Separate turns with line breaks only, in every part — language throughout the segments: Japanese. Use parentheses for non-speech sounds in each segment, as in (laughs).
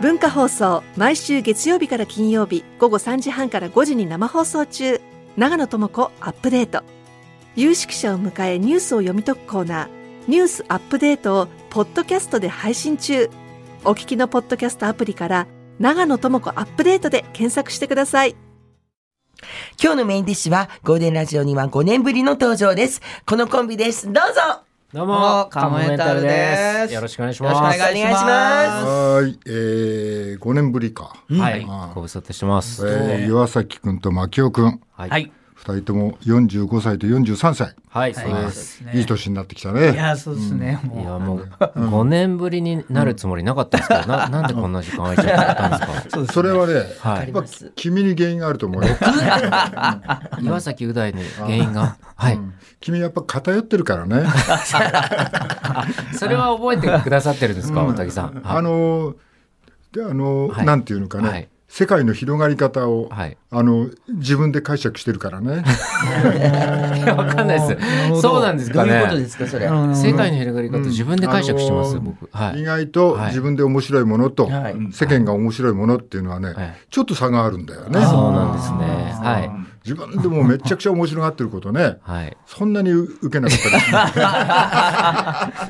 文化放送毎週月曜日から金曜日午後3時半から5時に生放送中長野智子アップデート有識者を迎えニュースを読み解くコーナー「ニュースアップデート」をポッドキャストで配信中お聞きのポッドキャストアプリから「長野智子アップデート」で検索してください
今日のメインディッシュは、ゴールデンラジオには5年ぶりの登場です。このコンビです。どうぞ
どう
どう
も
も、カモメンタルです
よろしくお願いし
よろしくお
ます。
願いしま
はーい、えー、5年ぶりか、
はい
うん、
ご無沙汰してます。
えー岩崎くんと牧雄くん
は、
はいい。
2人とも45歳と43歳、
はい、そうです。
すね
いい年になってきた
い
ね
や、そうですね。
い
も
や、もう、5年ぶりになるつもりなかったんですけど、な (laughs) なんでこんな時間空いちゃったんですか。
う。
それはね、
は
やっ
い、
ぱ君に原因があると思うよ、
岩崎う大に原因が、はい、
君やっぱ偏ってるからね、
それは覚えてくださってるんですか、大竹さん。
あ
は
のであの、
はい
なんていうのかね、
はい
世界の広がり方を、
はい
あの自分で解釈してるからね
い、わかんないです。そうなんです
ど
か
ういうことで
ね。
すか、それ。
世界の広がり方、自分で解釈してます、
あの
僕。は
意
い。
外と
はい
自分で面白いものと、
はい
世間が面白いものっていうのはね、
はい
ちょっと差があるんだよね。
そうなんですね。はい。
自分でもめちゃくちゃ面白がってることね、
はい。
そんなに受けなかった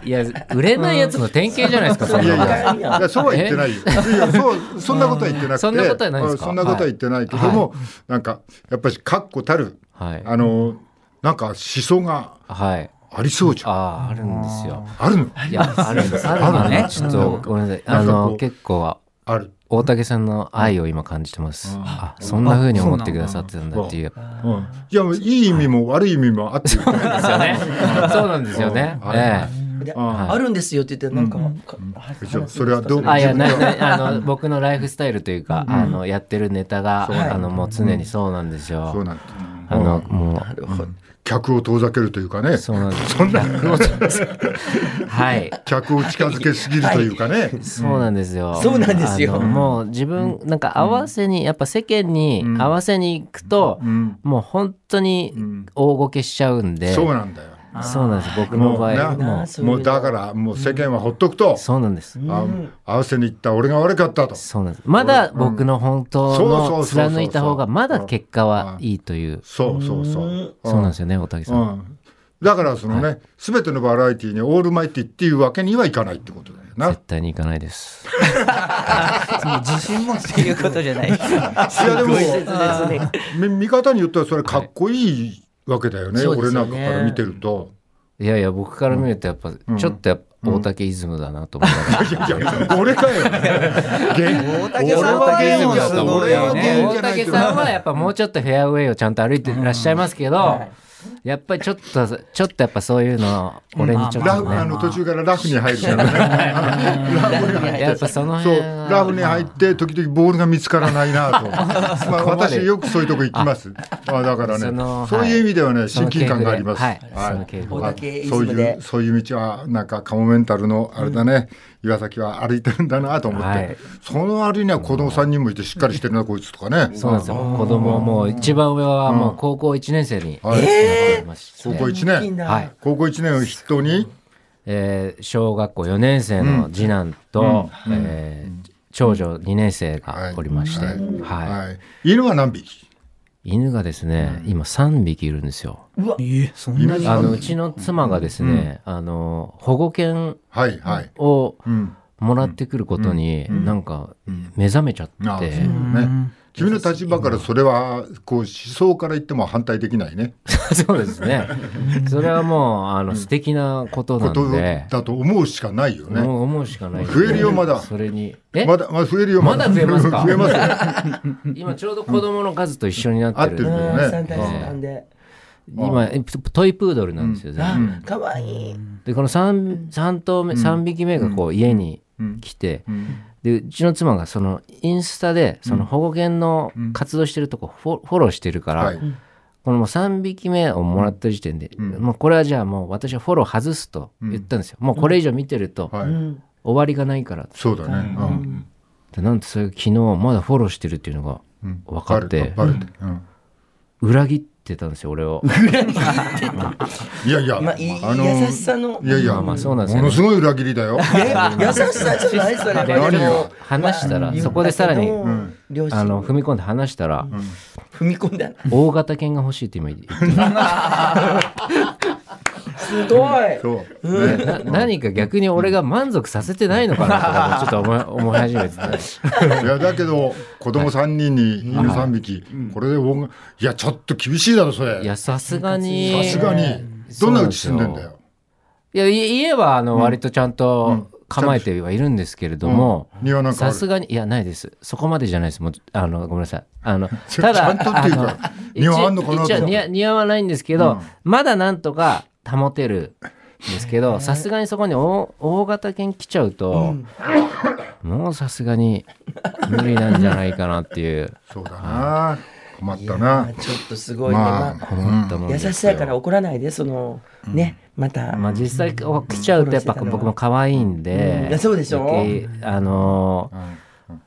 いや、売れないやつの典型 (laughs) じゃないですか、そん
りい
な
やい
の
やいや、そうは言ってないよ。いや、そう、そんなことは言ってなくて、
そんなことはないですか
そんなことは言ってないけども、なんか、やっぱり確固たる、
はい。
あの、なんか思想が
はい。
ありそうじゃん。あ
ああ、あるんですよ。
るの
いや、あるんです。あるのね。ちょっと、ごめんなさい。あ
なんかこ
の、
う
結構は、
ある。
大竹さんの愛を今感じてます。あ、そんな風に思ってくださってたんだっていう。そう
うん。いや、いい意味も悪い意味もあって
(laughs)
る。
なんですよね。
うん
ええ。
で
あ
あるんですよって言って、なんか、か
じゃあそれはどう
あ、いや、ないないあの、僕のライフスタイルというか、あの、やってるネタが、あの、もう常にそうなんです
そ
よ
う。なんて
あの、もう、
客を遠ざけるというかね、
そうなんです。そんな、はい。
客を近づけすぎるというかね。
そうなんですよ。
そうなんですよ
あのもう自分なんか合わせにやっぱ世間に合わせに行くと、
うん。
もう本当に大ごけしちゃうんで、
そうなんだよ。
そうなんです僕の場合
もうね
も
あそういう
も
の
うだからもう世間はほっとくと
う、そうなんです。
あ合わせに行った俺が悪かったと
そうなんです。まだ僕の本当
そうそう
の
そうそう
貫いた方がまだ結果はいいという、
そうそうそう
そうなんですよね、大竹さ。
うんんだからそのねすべ、全てのバラエティーにオールマイティっていうわけにはいかないってことだよな
(laughs) 絶対に行かないです。
自信持っていうことじゃない。
いやでもみ見方によってはそれかっこいいわけだよね、
そうで
俺
すよ
な
ね
んかから見てると。 (laughs)
いやいや、僕から見るとやっぱ、ちょっとやっぱ大竹イズムだなと思いなが
(laughs)
ら。
いやいや俺かよ大
竹さん
は
は
原因
すごい
俺
よ
は原
ね
因じ
大
ゃない
竹
けど
さんはやっぱもうちょっとフェアウェイをちゃんと歩いてらっしゃいますけど、やっぱりちょっと、ちょっとやっぱそういうの、俺にちょっ
ラ
と
フあ
ね。
の途中からラフに入るからねラフに入って
やっぱその
そう
辺は
ラフに入って時々ボールが見つからないな
(laughs)
とまあ私よくそういうとこ行きますあだからね
その
そういう意味ではね
その
親近感があります
系譜ではいその系譜
で
はい
大竹イズ
そう
ムで
いうそういう道はなんかカモメンタルのあれだね岩崎は歩いてるんだなと思っ
は
て
い
その割には子供3人もいてしっかりしてるなこいつとかね
そうなんですよ。子供もう一番上はもう高校1年生に
はい
なりまして
高校1年
はい。
高校1年を筆頭に
えー小学校4年生の次男と、えー長女2年生がおりまして、は
はい犬は何匹
い。犬がですね、今3匹いるんですよ。
え、そん
犬
あの、
3
う
匹
ちの妻がですね、あの、保護犬
はいはい
を
うん
もらってくることに、なんか、目覚めちゃ
あ
っ
あそう
て、
ね君の立場からそれはこう思想から言っても反対できないね
(laughs) そうですね。それはもう、あの、素敵なことな
こと
んで、
だと思うしかないよね
もう思うしかない。
増えるよまだ
それに。え
まだ、まだ増えるよ、
まだ増えますか
(laughs) 増えますね。
今ちょうど子供の数と一緒になってるんで、
合ってるね
三対三で。
今、えトイプードルなんですよ、全部
あ、かわいい。
で、この3、三頭目、3匹目がこう、家に来て、で、うちの妻がその、インスタで、その保護犬の活動してるとこフォフォローしてるから、
はい。
このもう3匹目をもらった時点で、もうこれはじゃあもう私はフォロー外すと言ったんですよ。もうこれ以上見てると終
はい。
わりがないからって。
そうだね。うん。
でなんとそれが昨日まだフォローしてるっていうのが分かって、
バレて。うん
裏切っってたんですよ俺を
いやいや、
まあ、いい
あの
優しさの。
いやいや、
まあまあそう
も
なんですよね
のすごい裏切りだよ。
(laughs) え優しさじゃないそれ
で
何
で
が
も話したらそこでさらに
うん両親
あの踏み込んで話したら
踏み込んだな
大型犬が欲しいって今言って
すごい
そう。
てな何か逆に俺が満足させてないのかなとかもちょっと思い思い始めてて
いやだけど子供三人に犬三匹、これで大がいやちょっと厳しいだろそ (laughs) れ。
いや
さ
さすがに
すがにどんなうち住んでんだよ。
いやい家はあの割とちゃんと構えてはいるんですけれども、
庭なんかあ
さ
る。
すがにいやないですそこまでじゃないですもうあのごめんなさいあの
(laughs) ちゃ
ただ
ちゃんとっていうか
あの
庭あんのかな
一応
と思って
一応庭庭はないんですけど、
うん
まだなんとか保てるんですけどさすがにそこに大大型犬来ちゃうと、もうさすがに無理なんじゃないかなっていう
そうだな。困っ
いや
たな。
ちょっとすごいね
ま
ま
あ
あ
うん
と思うん
優
ですよ
しさやから怒らないでそのねまた
まあ実際こう来ちゃうとやっぱ僕も可愛いん
うん
で
い、やそうでしょ
余計あのー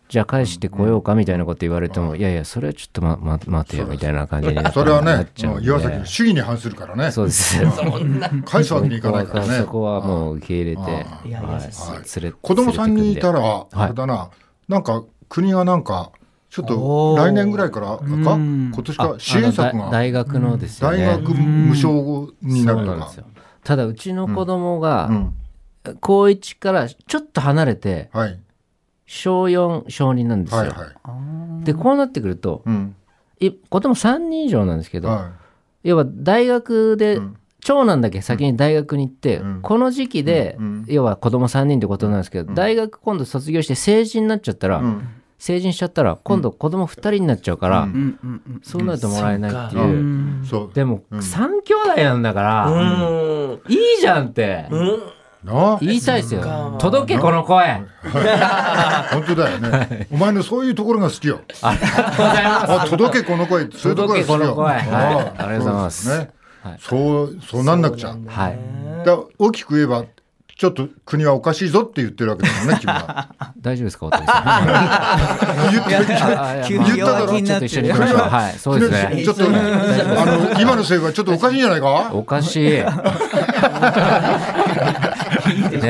じゃあ返してこようかみたいなこと言われても、いやいやそれはちょっと、まま、待てよみたいな感じになっ
それは
なっ
ね、
ちゃ
も
う
うん
で
岩崎の主義に反するからね。
そうです
返すわけにいかないからね。
そこはもう受け入れて、
あ
いや
はい
優し
い
連れ
子供さんにいた
ら
ら、あれだな、なんか国がなんか、ちょっと来年ぐらいからか、
うん
今年か支援策が
大学のですよ
大
ね
学無償になると
そうなん
か
です。よただうちの子供が、
うん
高一からちょっと離れて
はい
小4小2なんですよ、
はいはい。
でこうなってくると
うん
い子供3人以上なんですけど、
は
要は大学で、長男だけ先に大学に行って、
うん
この時期で、
うんうん
要は子供3人ってことなんですけど、大学今度卒業して成人になっちゃったら、
いうん
成人しちゃったら今度子供2人になっちゃうから、
うん
うんうん
そうなるともらえないっていうう、
ん
うん。
そう。
でも、
うん
三3兄弟なんだから、
うん
いいじゃんって、
うん
なあ
言いたいですよ
そっか
届けこの声あり
(laughs) 本当だよね。お前のそういうところが好きよ。
がとうございます
あ届けこの声、そういうところが好
届け
き
この
よ。
声はい
あ
ありがとうございます
そうでね
はい
そうそうなんなくちゃ。
はい
だから大きく言えばちょっと国はおかしいぞって言ってるわけだもんね
(laughs)
君は
大丈夫ですかお父さん
言ってる
あいやまあ
急に弱気に
ちょっと
なってる
一緒に行きましょうはいそうですね
ちょっとあの今のせいはちょっとおかしいんじゃないか
おかしい。ね、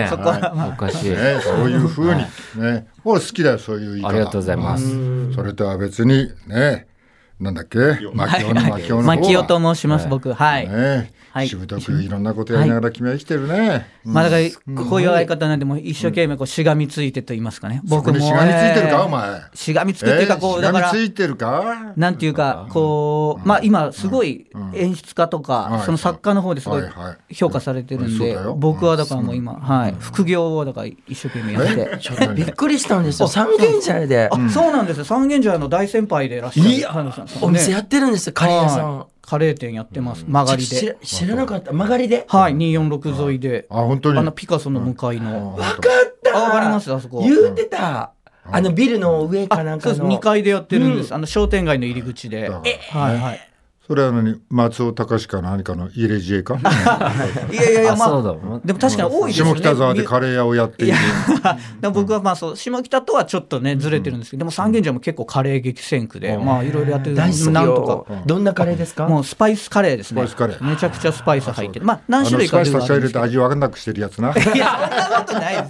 そこは
おかしい。
ね、そういうふうにね俺好きだよそういう言い方
ありがとうございます
うんそれとは別にねなんだっけ巻きおの巻きおの方は
マキオと申します、僕。はい。
ね
はい
しぶとくいろんなことやりながら君は生きてるね、
まあだから、こういう相方なんで、もう一生懸命こうしがみついてと言いますかね。
僕
僕も。
にしがみついてる
え
か、
ー
お前
しがみつくっていうか、こう、
えー
だか
しが
ら
み。ついてるか
なんていうか、こう、まあ今、すごい演出家と
はい
か、その作家の方ですごい
はいはい
評価されてるん
そう
で
だよ、
僕はだからもう今、はい、副業をだから一生懸命やってて。
えちょっと
び
ね
っくりしたんですよ三軒茶屋で
あ、そうなんですよ。三軒茶屋の大先輩でいらっしゃる。
いや
花さんですね
お店やってるんですよカレー屋さん
はいカレー店やってます。曲がり
知ら
で。
知らなかった曲がりで
はい、246沿いで。
あ本当に
あのピカソの向かいの。
分かった
あわかりますあそこ
言うてたあのビルの上かなん
そう
か
です、
の
2階でやってるんです。あの商店街の入り口で。は
だから
いはい。
それは何松尾隆か何かの入れ知
(laughs)
恵か
いやいやいや、
あ、
ま
そう
あ、
だ。もう
でも確かに多いですよね。
下北沢でカレー屋をやっている
でも僕はまあそう下北とはちょっとねずれてるんですけど、でも三軒茶屋も結構カレー激戦区で、まあいろいろやってるんで
大
す
好
な
き
んと
よどんなカレーです
か
か
もうスパイスカレーですね
スパイスカレー
めちゃくちゃスパイス入ってるまあ
あ
何
の
種類
ス
か
パイ
ル
ス
ール
た
はあるんです
くさん入れて味わかんなくしてるやつ
(laughs)
な
けどいやそんなことないです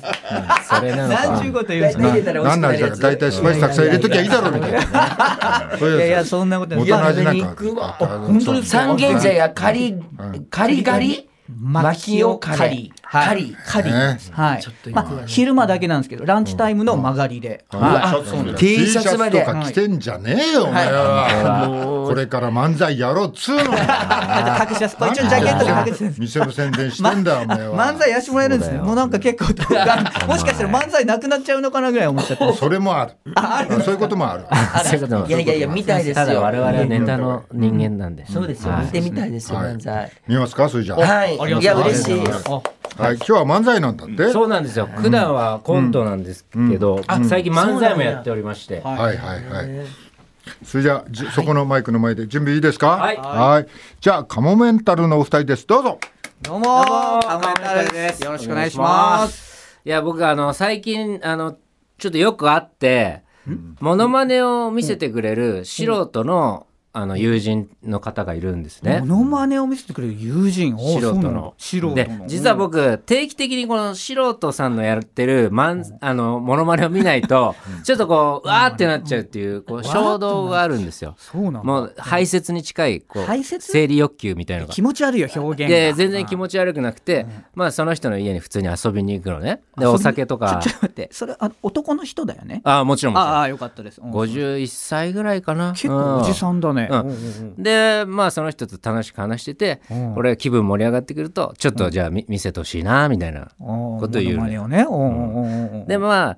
それなのか
何ちゅう
な。
こと言う
大
んです
体
か
入れたら美味
何
しくなる
なんだ
や
か
つ
大体スパイスたくさん入れときゃいいだろうみたいなそう
いやい
いうや
や
つ
そんなことない
元の味なんか
肉は
あ
本当です
三軒茶屋カリ
ん
カリガリマキオカレー
はい
カリー
カリ
ね
はい
ちょっと今
まあ昼間だけなんですけどランチタイムの曲がりで、
あ
はい
シャツ
そうなんです
T シャツまで
T シャとか着てんじゃねえよお前はこれから漫才やろうっつうの
(laughs) あ隠しますこれ一応ジャケットで隠してるんです
店の宣伝してん (laughs) だよお前は
漫才やらしてもらえるんです
そう
ね
だよ
もうなんか結構もしかしたら漫才なくなっちゃうのかなぐらい思っちゃって
それもあるそういうこともある
そういうことも
いやいやいや見たいです
ただ
よ
我々はネタの人間なんで。
そうですよ
は
見
い
てみたいですよ漫才
見ますかそれじゃあ
はいいや嬉しい
あ
はい今日は漫才なんだって
そうなんですよ。普段はコントなんですけど、最近漫才もやっておりまして。
はい
はいはいはい。それじゃあ、じそこのマイクの前で準備いいですか。はい。はいじゃあ、カモメンタルのお二人です。どうぞ。
どうもカモメンタルですよろしくお願いします
す。いや、僕、あの、最近、あの、ちょっとよくあって、モノマネを見せてくれる素人の、あの友人の方がいるんですね
モ。ノマネを見せてくれる友人お
素
うそう
人
な
の
素人の
で実は僕定期的にこの素人さんのやってるマンあのモノマネを見ないとちょっとこうわーってなっちゃうっていうこう衝動があるんですよ。
そうな
も
の
う排泄に近いこう
排泄
生理欲求みたいなのが
気。持ち悪いよ表現が
で全然気持ち悪くなくて、まあその人の家に普通に遊びに行くのね。でお酒とか
ちょちょっと待ってそれあの男の人だよね
あもちろんもちろん
ああよかったですうん
51歳ぐらいかな。
結構おじ
う
さんだね
うん
うんうん
んでまあその人と楽しく話してて、
うん
俺気分盛り上がってくるとちょっとじゃあみ見せてほしいなみたいな。
うん
こと言うね
モノマネをねうんうんうんうん
でまあ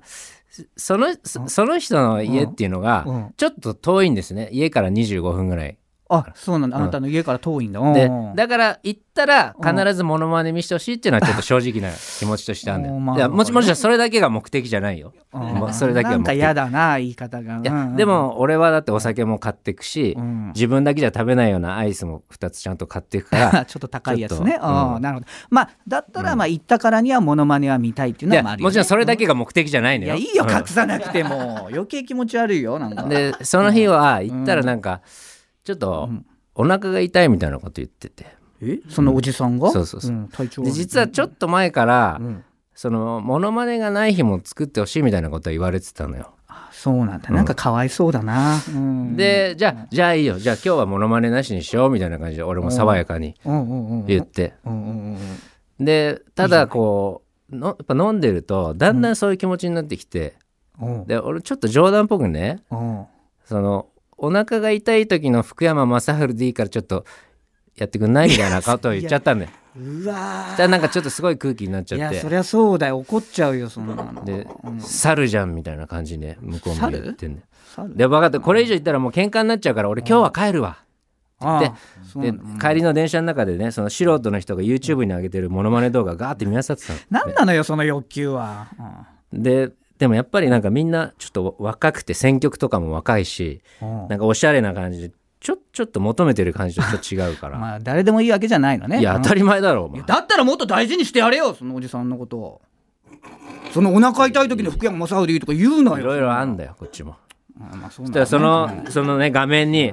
そのそその人の家っていうの
う
が
ん
ちょっと遠いんですね家から25分ぐらい。
あそうなんだあなたの家から遠いんだうん
で
うん
だから行ったら必ずモノマネ見せてほしいっていうのはちょっと正直な気持ちとしてあるんだ
おーま
よ。
あ
いやもちもちろんそれだけが目的じゃないよ。
うん
まあそれだけは
な
目
ん
的
か嫌だな言い方
い
がうん
や
うん
でも俺はだってお酒も買ってくし
う、ん
自分だけじゃ食べないようなアイスも2つちゃんと買っていく
(laughs)
から
あちょっと高いやつね。
ちょっと
ああ、
うん
なるほど。まあ、だったら、まあ、行ったからには、モノマネは見たいっていうのはまああ
いや
る
も
よ、ね。
ちろんそれだけが目的じゃないの
い
よ。
や、いいよ、
うん
隠さなくても。 (laughs) 余計気持ち悪いよ、なんか。
でその日は行ったらなんかちょっとお腹が痛いみたいなこと言ってて
えそのおじさんが、
そうそうそうん
体調
で実はちょっと前から
ん
そのモノマネがない日も作ってほしいみたいなことは言われてたのよ。
そうなんだ。なんかかわいそうだな。うん、
でじゃあじゃあいいよじゃあ今日はモノマネなしにしようみたいな感じで俺も爽やかに
うんうんうん。
言って
うんうんうん
でただこうのやっぱ飲んでるとだんだんそういう気持ちになってきて
うん。
で俺ちょっと冗談っぽくね
うん。
そのお腹が痛い時の福山雅治でいいからちょっとやってくんないみたいなことを言っちゃったんだよ。
うん。うわ
じゃあなんかちょっとすごい空気になっち
ーい
ゃっ
や、
て
そりゃそうだよ。怒っちゃうよ、そんなの。
で「猿じゃん」みたいな感じで向こうも言ってんね
猿
で分かったこれ以上言ったらもう喧嘩になっちゃうから俺今日は帰るわ
あ
で
あそう
で
なんだ
帰りの電車の中でねその素人の人が YouTube に上げてるモノマネ動画ガーって見あさってたの
なんなのよ、その欲求は。
ででもやっぱりなんかみんなちょっと若くて選曲とかも若いし
うん。うん
なんかおしゃれな感じでちょちょっと求めてる感じとちょっと違うから
まあ、誰でもいいわけじゃないのね。
いや
うん
当たり前だろお
い
前
やだったらもっと大事にしてやれよそのおじさんのことをそのお腹痛い時の福山雅治でいいとか言うなよ
いろいろあんだよこっちも。
あまあそ
そし
うな
た
んだ
らそのそのね画面に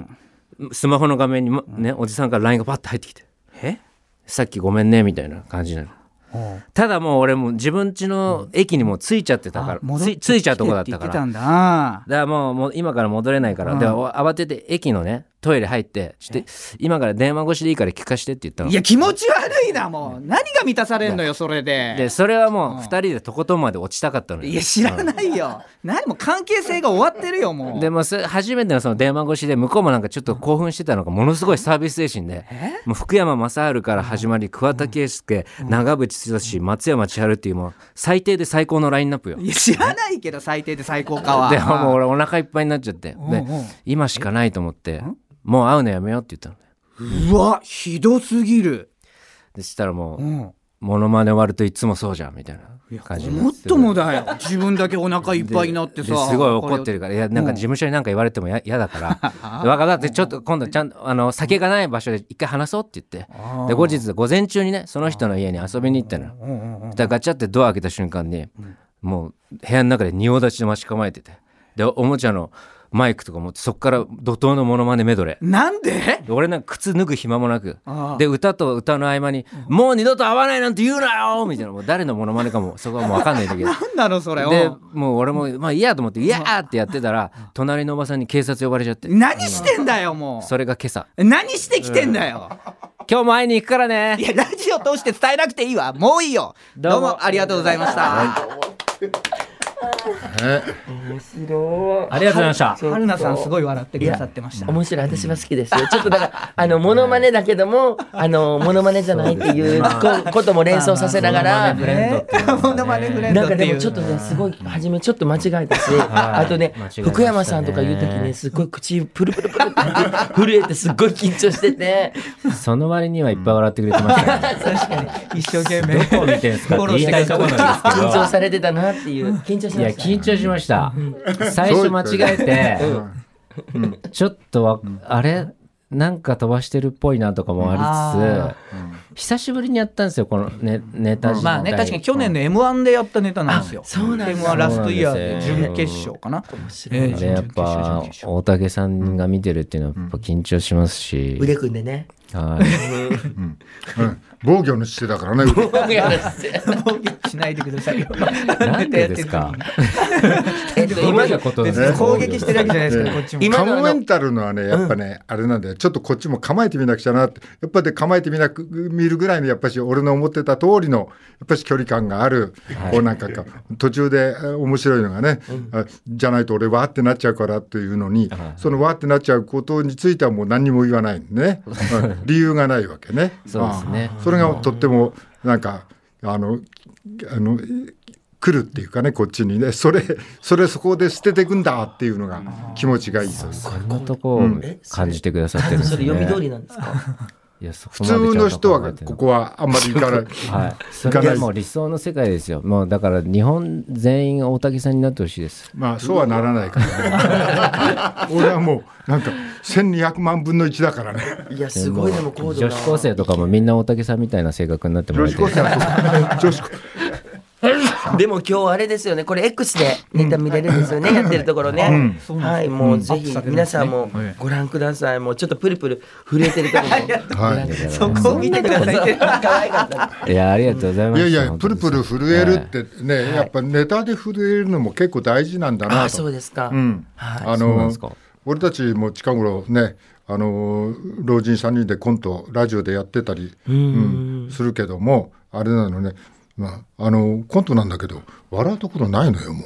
スマホの画面にもねおじさんから LINE がパッと入ってきて「えさっきごめんね」みたいな感じなの
おう
ただもう俺もう自分家の駅にもう着いちゃってたか
あ
ら
戻
つ
って
い着いちゃうとこだっ
きて
た
っ
か
て言って
ら
た
だか
んだ
らもうもう今から戻れないからでお慌てて駅のねトイレ入ってちょっと今から電話越しでいいから聞かしてって言ったの
いや気持ち悪いなもう何が満たされんのよそれ
で
で
それはもう2人でとことんまで落ちたかったのよ
いや知らないよ何も関係性が終わってるよもう
でもそれ初めてのその電話越しで向こうもなんかちょっと興奮してたのがものすごいサービス精神でもう福山雅治から始まり桑田佳祐長渕剛松山千春っていうもう最低で最高のラインナップよ。
いや知らないけど最低で最高かは
でもう俺お腹いっぱいになっちゃってで
うんうん
今しかないと思ってもう会うのやめようって言ったの。
うわひどすぎる
でそしたらも
う
うんモノマネ終わるといつもそうじゃんみたいな感じにな
もってともだよ自分だけお腹いっぱいになって
で
さ
すごい怒って
る
るからいやなんか事務所に何か言われてもや嫌だからで若だってちょっと今度ちゃんとあの酒がない場所で一回話そうって言ってで後日午前中にねその人の家に遊びに行ったのよそしたらガチャってドア開けた瞬間にもう部屋の中で仁王立ちで待ち構えててでおもちゃのマイクとかもそっから怒涛のモノマネメドレー
なんで
で俺なんか靴脱ぐ暇もなく
ああ
で歌と歌の合間に「もう二度と会わないなんて言うなよ!」みたいなもう誰のモノマネか
(laughs)
もそこはもう分かんないんだけど
なんなのそれ
で
を
もう俺もまあいいやと思って「いやー!」ってやってたら隣のおばさんに警察呼ばれちゃって
何してんだよも
それが今朝
う何してきてんだよ
「今日も会いに行くからね
いやラジオ通して伝えなくていいわもういいよ
どうも
どうもありがとうございました
え
ありがとうございました
春菜さんすごい笑ってくださってました
面白い私は好きですよちょっとだからあのモノマネだけどもあのモノマネじゃないっていうこことも連想させながら
モノマネフレンドっていうのがね
モノマネフレンド
なん
って
か
いう
でもちょっとねすごい初めちょっと間違えたしあとね
間違えましたね
福山さんとか言う時ねすごい口プルプルプルって震えてすっごい緊張してて
その割にはいっぱい笑ってくれてま
(laughs)
したね
確かに一生懸 (laughs) 命
どこを見てんすかって言いたいところなんですけ
緊
ど
張されてたなっていう緊張し
いや
ました
緊張しました最初間違えてちょっとわあれなんか飛ばしてるっぽいなとかもありつつ、久しぶりにやったんですよ、このネネタ自体
まあね、確かに去年の M1 でやったネタなんですよ。
あそうなんですね
M1 ラストイヤーで準決勝かな。えー
でやっぱ
(laughs)
大竹さんが見てるっていうのはやっぱ緊張しますし、
腕組んでね。
はい
うん防御の姿勢だからね。
僕やらせて
準決勝しないでくださいよ。
なんでですか
(laughs)
えっと
ど
今
ういうことで
別
すか
に攻撃してるわけじゃないですから、こっちも。
今
カ
のあの
モメンタルのはね、やっぱね、あれなんだよ。ちょっとこっちも構えてみなくちゃなって。やっぱで構えてみなく、見るぐらいの、やっぱし俺の思ってた通りの、やっぱし距離感がある。こうなんかか、途中でえ面白いのがね、あじゃないと俺わーってなっちゃうからっていうのに、そのわーってなっちゃうことについてはもう何にも言わない
(laughs)
のね。うん理由がないわけね。
そうですね
ああそれがとっても、なんか、あの、あの、来るっていうかねこっちにねそれそれそこで捨てていくんだっていうのが気持ちがいいというか
こんなとこを感じてくださってるんです
そ
ね
れ読み通りなんですか。
いやそこ
普
までちゃんと
通の人
考え
は
てなか
こ
った
こはあんまり行かない
はい、それがもう理想の世界ですよ。もうだから日本全員大竹さんになってほしいです。
まあそうはならないからね俺はもうなんか1200万分の1だからね
(laughs) (laughs) いやすごいでも高度
女
な。
子高生とかもみんな大竹さんみたいな性格になっても
女
らい
子
たい
高。生はそう女子高
でも今日あれですよね。これ X でネタ見れるんですよね。やってるところね。はい、もうぜひ皆さんもご覧ください。もうちょっとプルプル震えてるとこ (laughs) ろも。
はい
そこを見てくださいって。
可愛かったです。
いやありがとうございま
い
す。
やいや
本
プ
当
ル
です
プル震えるってね、やっぱネタで震えるのも結構大事なんだな
あ、
と
そうですか。
うん
はい
あ
そうなん
の
ですか
俺たちも近頃ねあの老人3人でコントラジオでやってたり、うんするけどもあれなのね、まあ、あのコントなんだけど笑うところないのよもう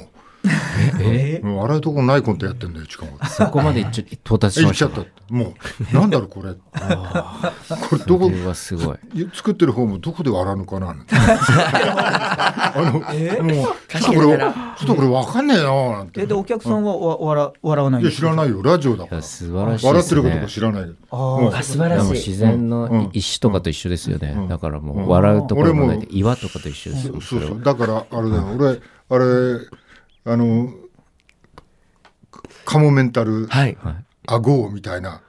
もう笑うところないコントやってんだよ近頃。
そこまで一応到達し
行
ま
っ
し
(laughs) ちゃ
た
っ。たもうなんだろうこれこれどこ
理由はすごい。
作ってる方もどこで笑うのかなあの、もうちょっとこれちょっとこれ分かんねえななんて
えでお客さんはわ笑笑わない
いや知らないよラジオだ
い
から
や素晴らしいで
笑って
す
る
ね。
ことも知らないよもう
あ素晴
いや
ら
もう
し
自
い。
然
うんう
の
ん
石とかと一緒ですよね。だからも
うん
う笑うところもない
俺も
岩とかと一緒ですよ。
そうそうだからあれだよ俺あれあのカモメンタル
はい。
アゴーみたいな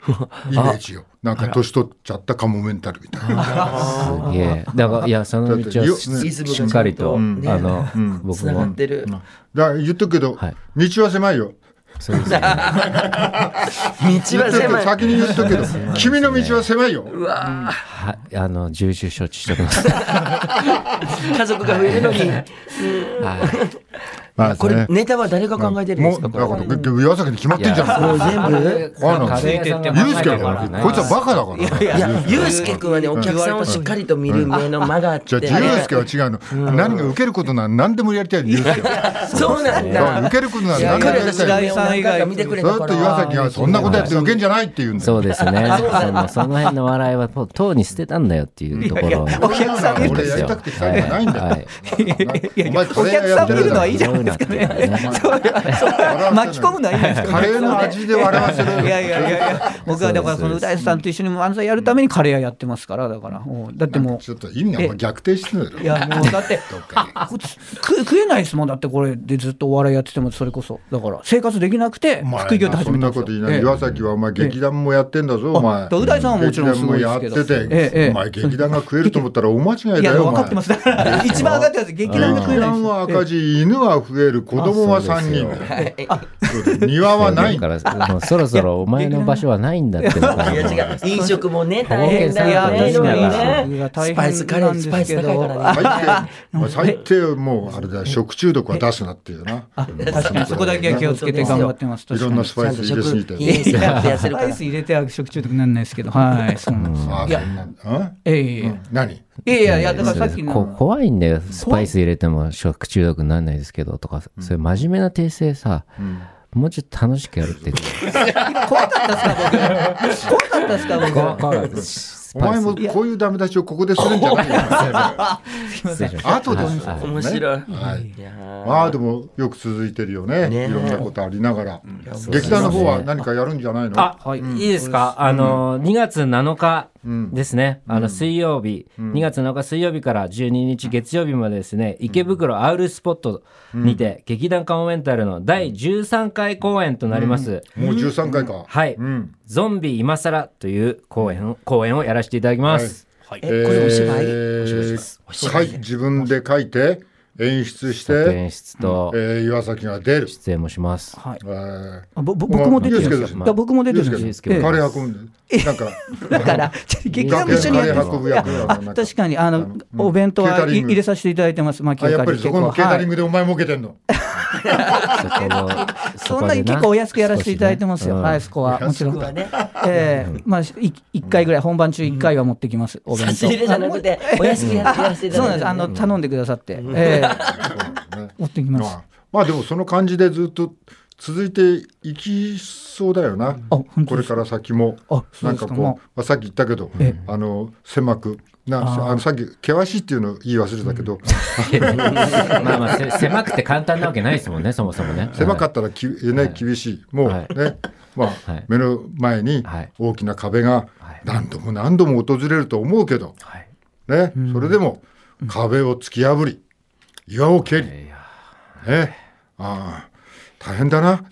イメージよなんか年取っちゃったカモメンタルみたいな
すげえ。だからいやその道
だ
を
ってよ
ね
ししっかりとあ
うん
の僕
つなが
も
ってる。
だから言っとくけど、
はい
道は狭いよ
そうですね。
道は
言っとく
狭
けど
い。
先に言っとくけど君の道は狭いよ
はいあの重々承知しており
(laughs)
ます。
家族が増えるのに。
はい。
ま
(laughs)
あ
これ
ね
ネタは誰が考えてるんで
も
すか。
うだ
これ
から結局岩崎に決まってんじゃん
もう全部。
あの
カレー屋さんが
ユース
考
ケ
えたか
だからら
ね
こいつはバカだから
いや、ゆうすけくんはね、お客さんをしっかりと見る目の間があっ
じ
て
ゃ。あ、ユースケは違うの。何が受けることなら何でもやりたいの、ユース
(laughs)
ケは。
そうなん
だか
だ
ら受。けることなら
いや
何でもやりたいの。
いや
何回か見てくれ
ず
た
っ
か
と
ら。
岩崎がそんなことやって受けんじゃないって言うんだよ。
そうですね。そのその辺の笑いはととうに捨てたんだよっていうところを。
お客さん見る
俺やりたくて来たんじゃないんだよ。
はい
お前カ
お
レー
客さん見るのはいいじゃ
そう
ない
ん
で
ですす
か
け
ね。
ね。
(laughs) 巻き込むのはいいんですか。
カレーの味で笑わせ
(laughs)
る。
いやいやいやいや、僕はだからその浦井さんと一緒に漫才やるためにカレー屋やってますから、だから、もうだっても
ちょっと意味がもう逆転してる
う、
だ
い
ろ。
やもう
(laughs)
だって、こ食食えないですもん、だってこれでずっとお笑いやってても、それこそ、だから生活できなくて
お、前
副業で始
そ
め
ん
た
なん
です
こ
よ
と言いな
え
い。
え
岩崎はお前劇団もやってんだぞ、お前。
だう大さんはもちろんすごいですけど
劇団もやって
えええ
て、
え
お前劇団が食えると思ったら大間違い
い
だ
や、
よ。お
分か
前
ってます、だから、一番上がってます、劇団で食え
劇
ないん
団
です
は赤字、犬は増える、子供は3人だよそうだよ。庭はないんだよ
だからもうそろそろお前の場所はないんだって (laughs) のが
いや違う飲食もね大変だ
いや
よねいろい
確
ろねスパ
かに
イスカレースパイス高いからね
最低、まあ最低もうあれだよ食中毒は出すなっていうな。
確かにそこだけは気をつけて頑張ってます。
いろんなスパイス入れすぎて。
いいスパイスやって
ス
る
パ
か
イ
ら
ス入れては食中毒になんないですけど、はい、そうなんですよ。
ああ、
いや
そんなんだ。
ええいえいえ
うん何
いやいやいや、だからさっき
こ
の。
怖いんだよスパイス入れても食中毒にならないですけどとかそういう真面目な訂正さもうちょっと楽しくやるって
(laughs) 怖かったっすか、僕。怖かったっすか、僕。
ス
お前も
いや
こういうダメ出しをここでするんじゃないよ。
すいません。
後ですよ。
面白い
ねはい。
いやー
まあでもよく続いてるよね。
ねえ
いろんなことありながら。劇団の方は何かやるんじゃないの？
あ、いいですかあの2月7日
うん
ですね、あの水曜日、
ん
2月7日水曜日から12日月曜日までですね、池袋アウルスポットにて、劇団カモメンタルの第13回公演となります、
もう13回か。
はい、
うん。
ゾンビ今更という公演を公演をやらせていただきます。
え、これお芝居、
えー
お芝居です。お芝
は
居
い、自分で書いて、演出し
作
て、
演出と
えー岩崎が出る。
出演もします。
はい
えー
あぼぼ僕も出てるんで
まあユースケですす
よ。だから僕も出てるんですよ。
ユースケ
え
も
カ
え
レー運ぶんで。な
(laughs)
んか、
だ
(laughs)
から、ちょっと劇団も一緒にやって
カレー運
ぶ役
いや
なの
あ確かに、あの、
うん
お弁当
ケー
は
タ
い
リング
入れさせていただいてます。まあ、ケ
あ
ー
や
タ
っぱ
リン
り
グ
そこのケータリン
はい
グでお前儲けて
(laughs)
んの。
そこの
そん
こ
な
で
に結構お安くやらせていただいてますよ。
うん
はい、そこは。もちろん。ええ、まあ、い一回ぐらい、本番中一回は持ってきます。お弁
差し
当。
入れじゃなくて、お安くやってやらせていた
そうな
だい
んで
て
す。あの、頼んでくださって。ええ、持ってきま。
ますあ、まあでもその感じでずっと続いていきそうだよな。
あ、本当
これから先も
あそ
な
うんですか
かこう
ま
まあさっき言ったけど
え
あの狭くなあのさっき険しいっていうの言い忘れたけど
まあまあせ (laughs) 狭くて簡単なわけないですもんねそもそもね
狭か
っ
ったらきね厳しいもう
はい
ねま
は
あ
い
目の前に
はい
大きな壁が
はい
何度も何度も訪れると思うけど
た、はい
ねそれでも壁を突き破り岩を蹴り
いや
ねああ大変だな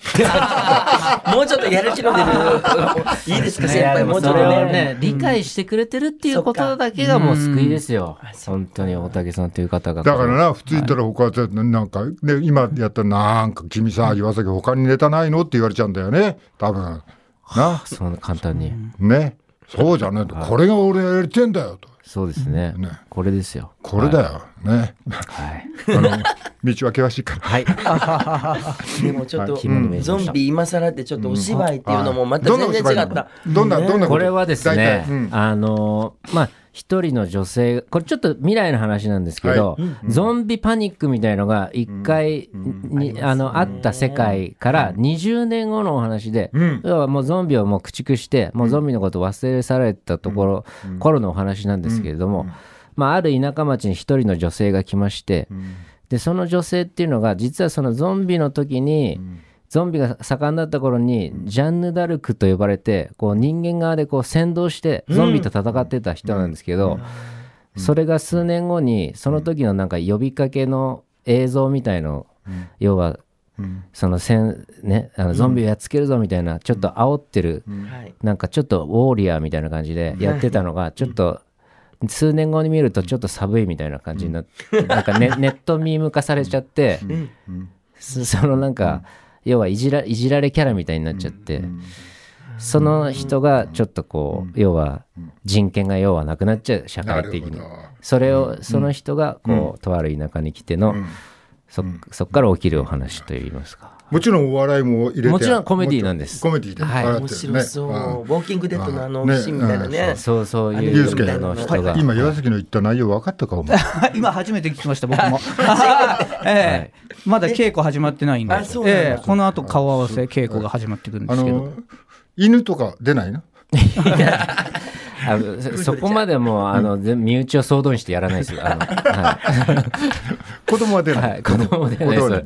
もうちょっとやる気の出る。いいですか、先
いやで
輩、も
も
うちょ
そ
っ
れ
と
を
ね。
ね理解してくれてるっていうことだけがもう救いですよ本当に大竹さんという方が
だからな普通言ったら他は絶対なんか、ね、今やったらなんか君さ岩崎他にネタないのって言われちゃうんだよね多分な
そんな簡単に
ねそうじゃねえとこれが俺やりてんだよと
そうですね
ね
これですよ
これだよ、ね
はい
あの道は険しいから (laughs)
はい
でもちょっと、
肝に銘じ
ゾ
ました
ンビ今更ってちょっとお芝居っていうのもまた
どんな
全然
お芝居
違
な
っ
の
た。
どんなどんなと
これはです
大
ね、
体うん
あのまあ一人の女性これちょっと未来の話なんですけど、
はいうんうん
ゾンビパニックみたいのが一回に、あのあった世界から20年後のお話で、
うん
要はもうゾンビをもう駆逐してもうゾンビのこと忘れ去られたところ、頃のお話なんですけれども、まあ、ある田舎町に一人の女性が来まして、でその女性っていうのが実はそのゾンビの時に、ゾンビが盛んだった頃にジャンヌ・ダルクと呼ばれてこう人間側でこう先導してゾンビと戦ってた人なんですけど、それが数年後にその時のなんか呼びかけの映像みたいの、要は
うん
そのせん、ね、あのゾンビをやっつけるぞみたいなちょっと煽ってる、
はい。
なんかちょっとウォーリアーみたいな感じ (laughs) でやってたのがちょっと数年後に見るとちょっと寒いみたいな感じになってなんか (laughs) ネネットミーム化されちゃってそそのなんか要はいじらいじられキャラみたいになっちゃってその人がちょっとこう要は人権が要はなくなっちゃう社
な
会
る
的
ほ
に
ど
それをその人がこうとある田舎に来てのそそっから起きるお話といいますか
もちろんお笑いも入れて
もちろんコメディなんです
コメディで
はい
笑ってるね
面白そう。ウ
あ
ォーキングデッドのあのシーンみたいなね。
そうそうい
ユ
う
ースケ
あの人が。
今岩崎の言った内容分かったかお前
今初めて聞きました、僕も。 (laughs) ええ、まだ稽古始まってないんで
あそう。なんだ
ええ、この後顔合わせ稽古が始まってくるんで
あ
すけど。
の犬とか出ないの
あのそそこまでもうあの全身内を総動員してやらないですよ。あのは
子供は出
い、
ない、
はい、子供で
(laughs) 子供
ね
は出ない、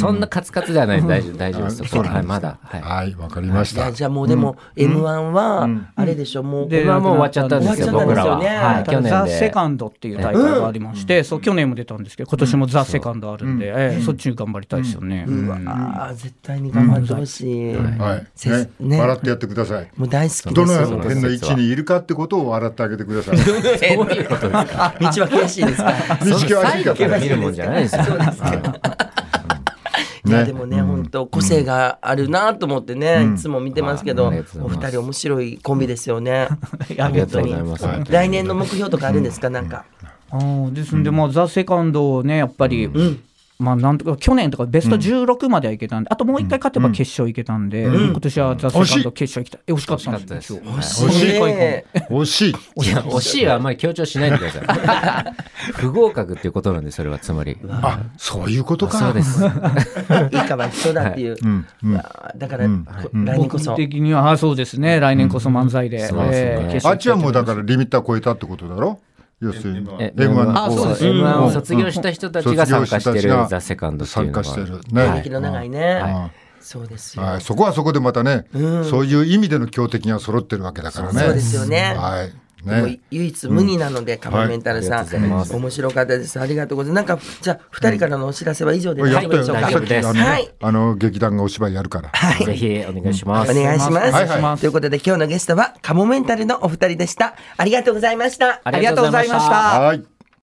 そんなカツカツではない大丈夫大丈夫です。
あ
そこ
そうなんです
はいまだはい。
はいわかりまし
いや
た
じゃあもうでも M1 は
ん
あれでしょもう
これはもう終わっちゃったんですよ
終わっ
僕
ちゃった
ら
ん
は、
ですよね
はい、
た
去
だ
年
ザ・セ
で
カンドっていう大会がありまして、そう去年も出たんですけど、今年もザ・セカンドあるんで、ええそっちに頑張りたいですよね。
うわー絶対に頑張ってほしい
はい
せす
ね
ね
笑ってやってください
もう大好き
ど
で
の
す (laughs)
う
辺の位置にいるかってことを笑ってあげてください。道
どういうことですか。
道は悔しいですか
が悪い
最後
か
から
ら
見るもんじゃないですよ。 (laughs)
いやでもね、本当個性があるなと思ってね、いつも見てますけど、
はいありがとう
お
ございます
二人面白いコンビですよね。
ありがとうございます。
はい
来年の目標とかあるんですか、なんか。
あーですんで、まあ、ザ・セカンドをね、やっぱり、まあ、なんとか、去年とかベスト16まではいけたんで、あともう一回勝てば決勝いけたんで、今年はザ・セカンド決勝行きたい。え惜しかったん
惜
ですよ
し
今
惜
日。
しいね。
惜しい。
いや惜しいはあんまり強調しないでください。不合格っていうことなんでそれはつまり。
あ、そういうことか。
そうです。
いいかは一緒だっていう。
うん。うん。
あーだから、こ来年こ
僕
そ。
的には、あーそうですね、来年こそ漫才で。
そうですね
えー決
あ
勝
っちはもうだからリミッター超えたってことだろ要するに。
え
M1 の
あそうです
M1
う
を
ん
卒業した人たちが参加してるザ・セカンドっていうの
参
が
加してる。
演
ね
劇。の長いね、
は
そうです
い
よ。
はい。そこはそこでまたね、そういう意味での強敵が揃ってるわけだからね。
そうですよね
はい。ね
もう唯一無二なので、カモメンタルさん、面白かったです。ありがとうございます。なんか、じゃあ、二人からのお知らせは以上で
や
大
っ
丈夫でしょ
たよ、
うか。
大丈夫です
さっきあのね
はい
あの劇団がお芝居やるから。
ぜひお願いします。
お願いします。
はいはい
ということで、今日のゲストは、カモメンタルのお二人でした。ありがとうございました。
ありがとうございました
はい。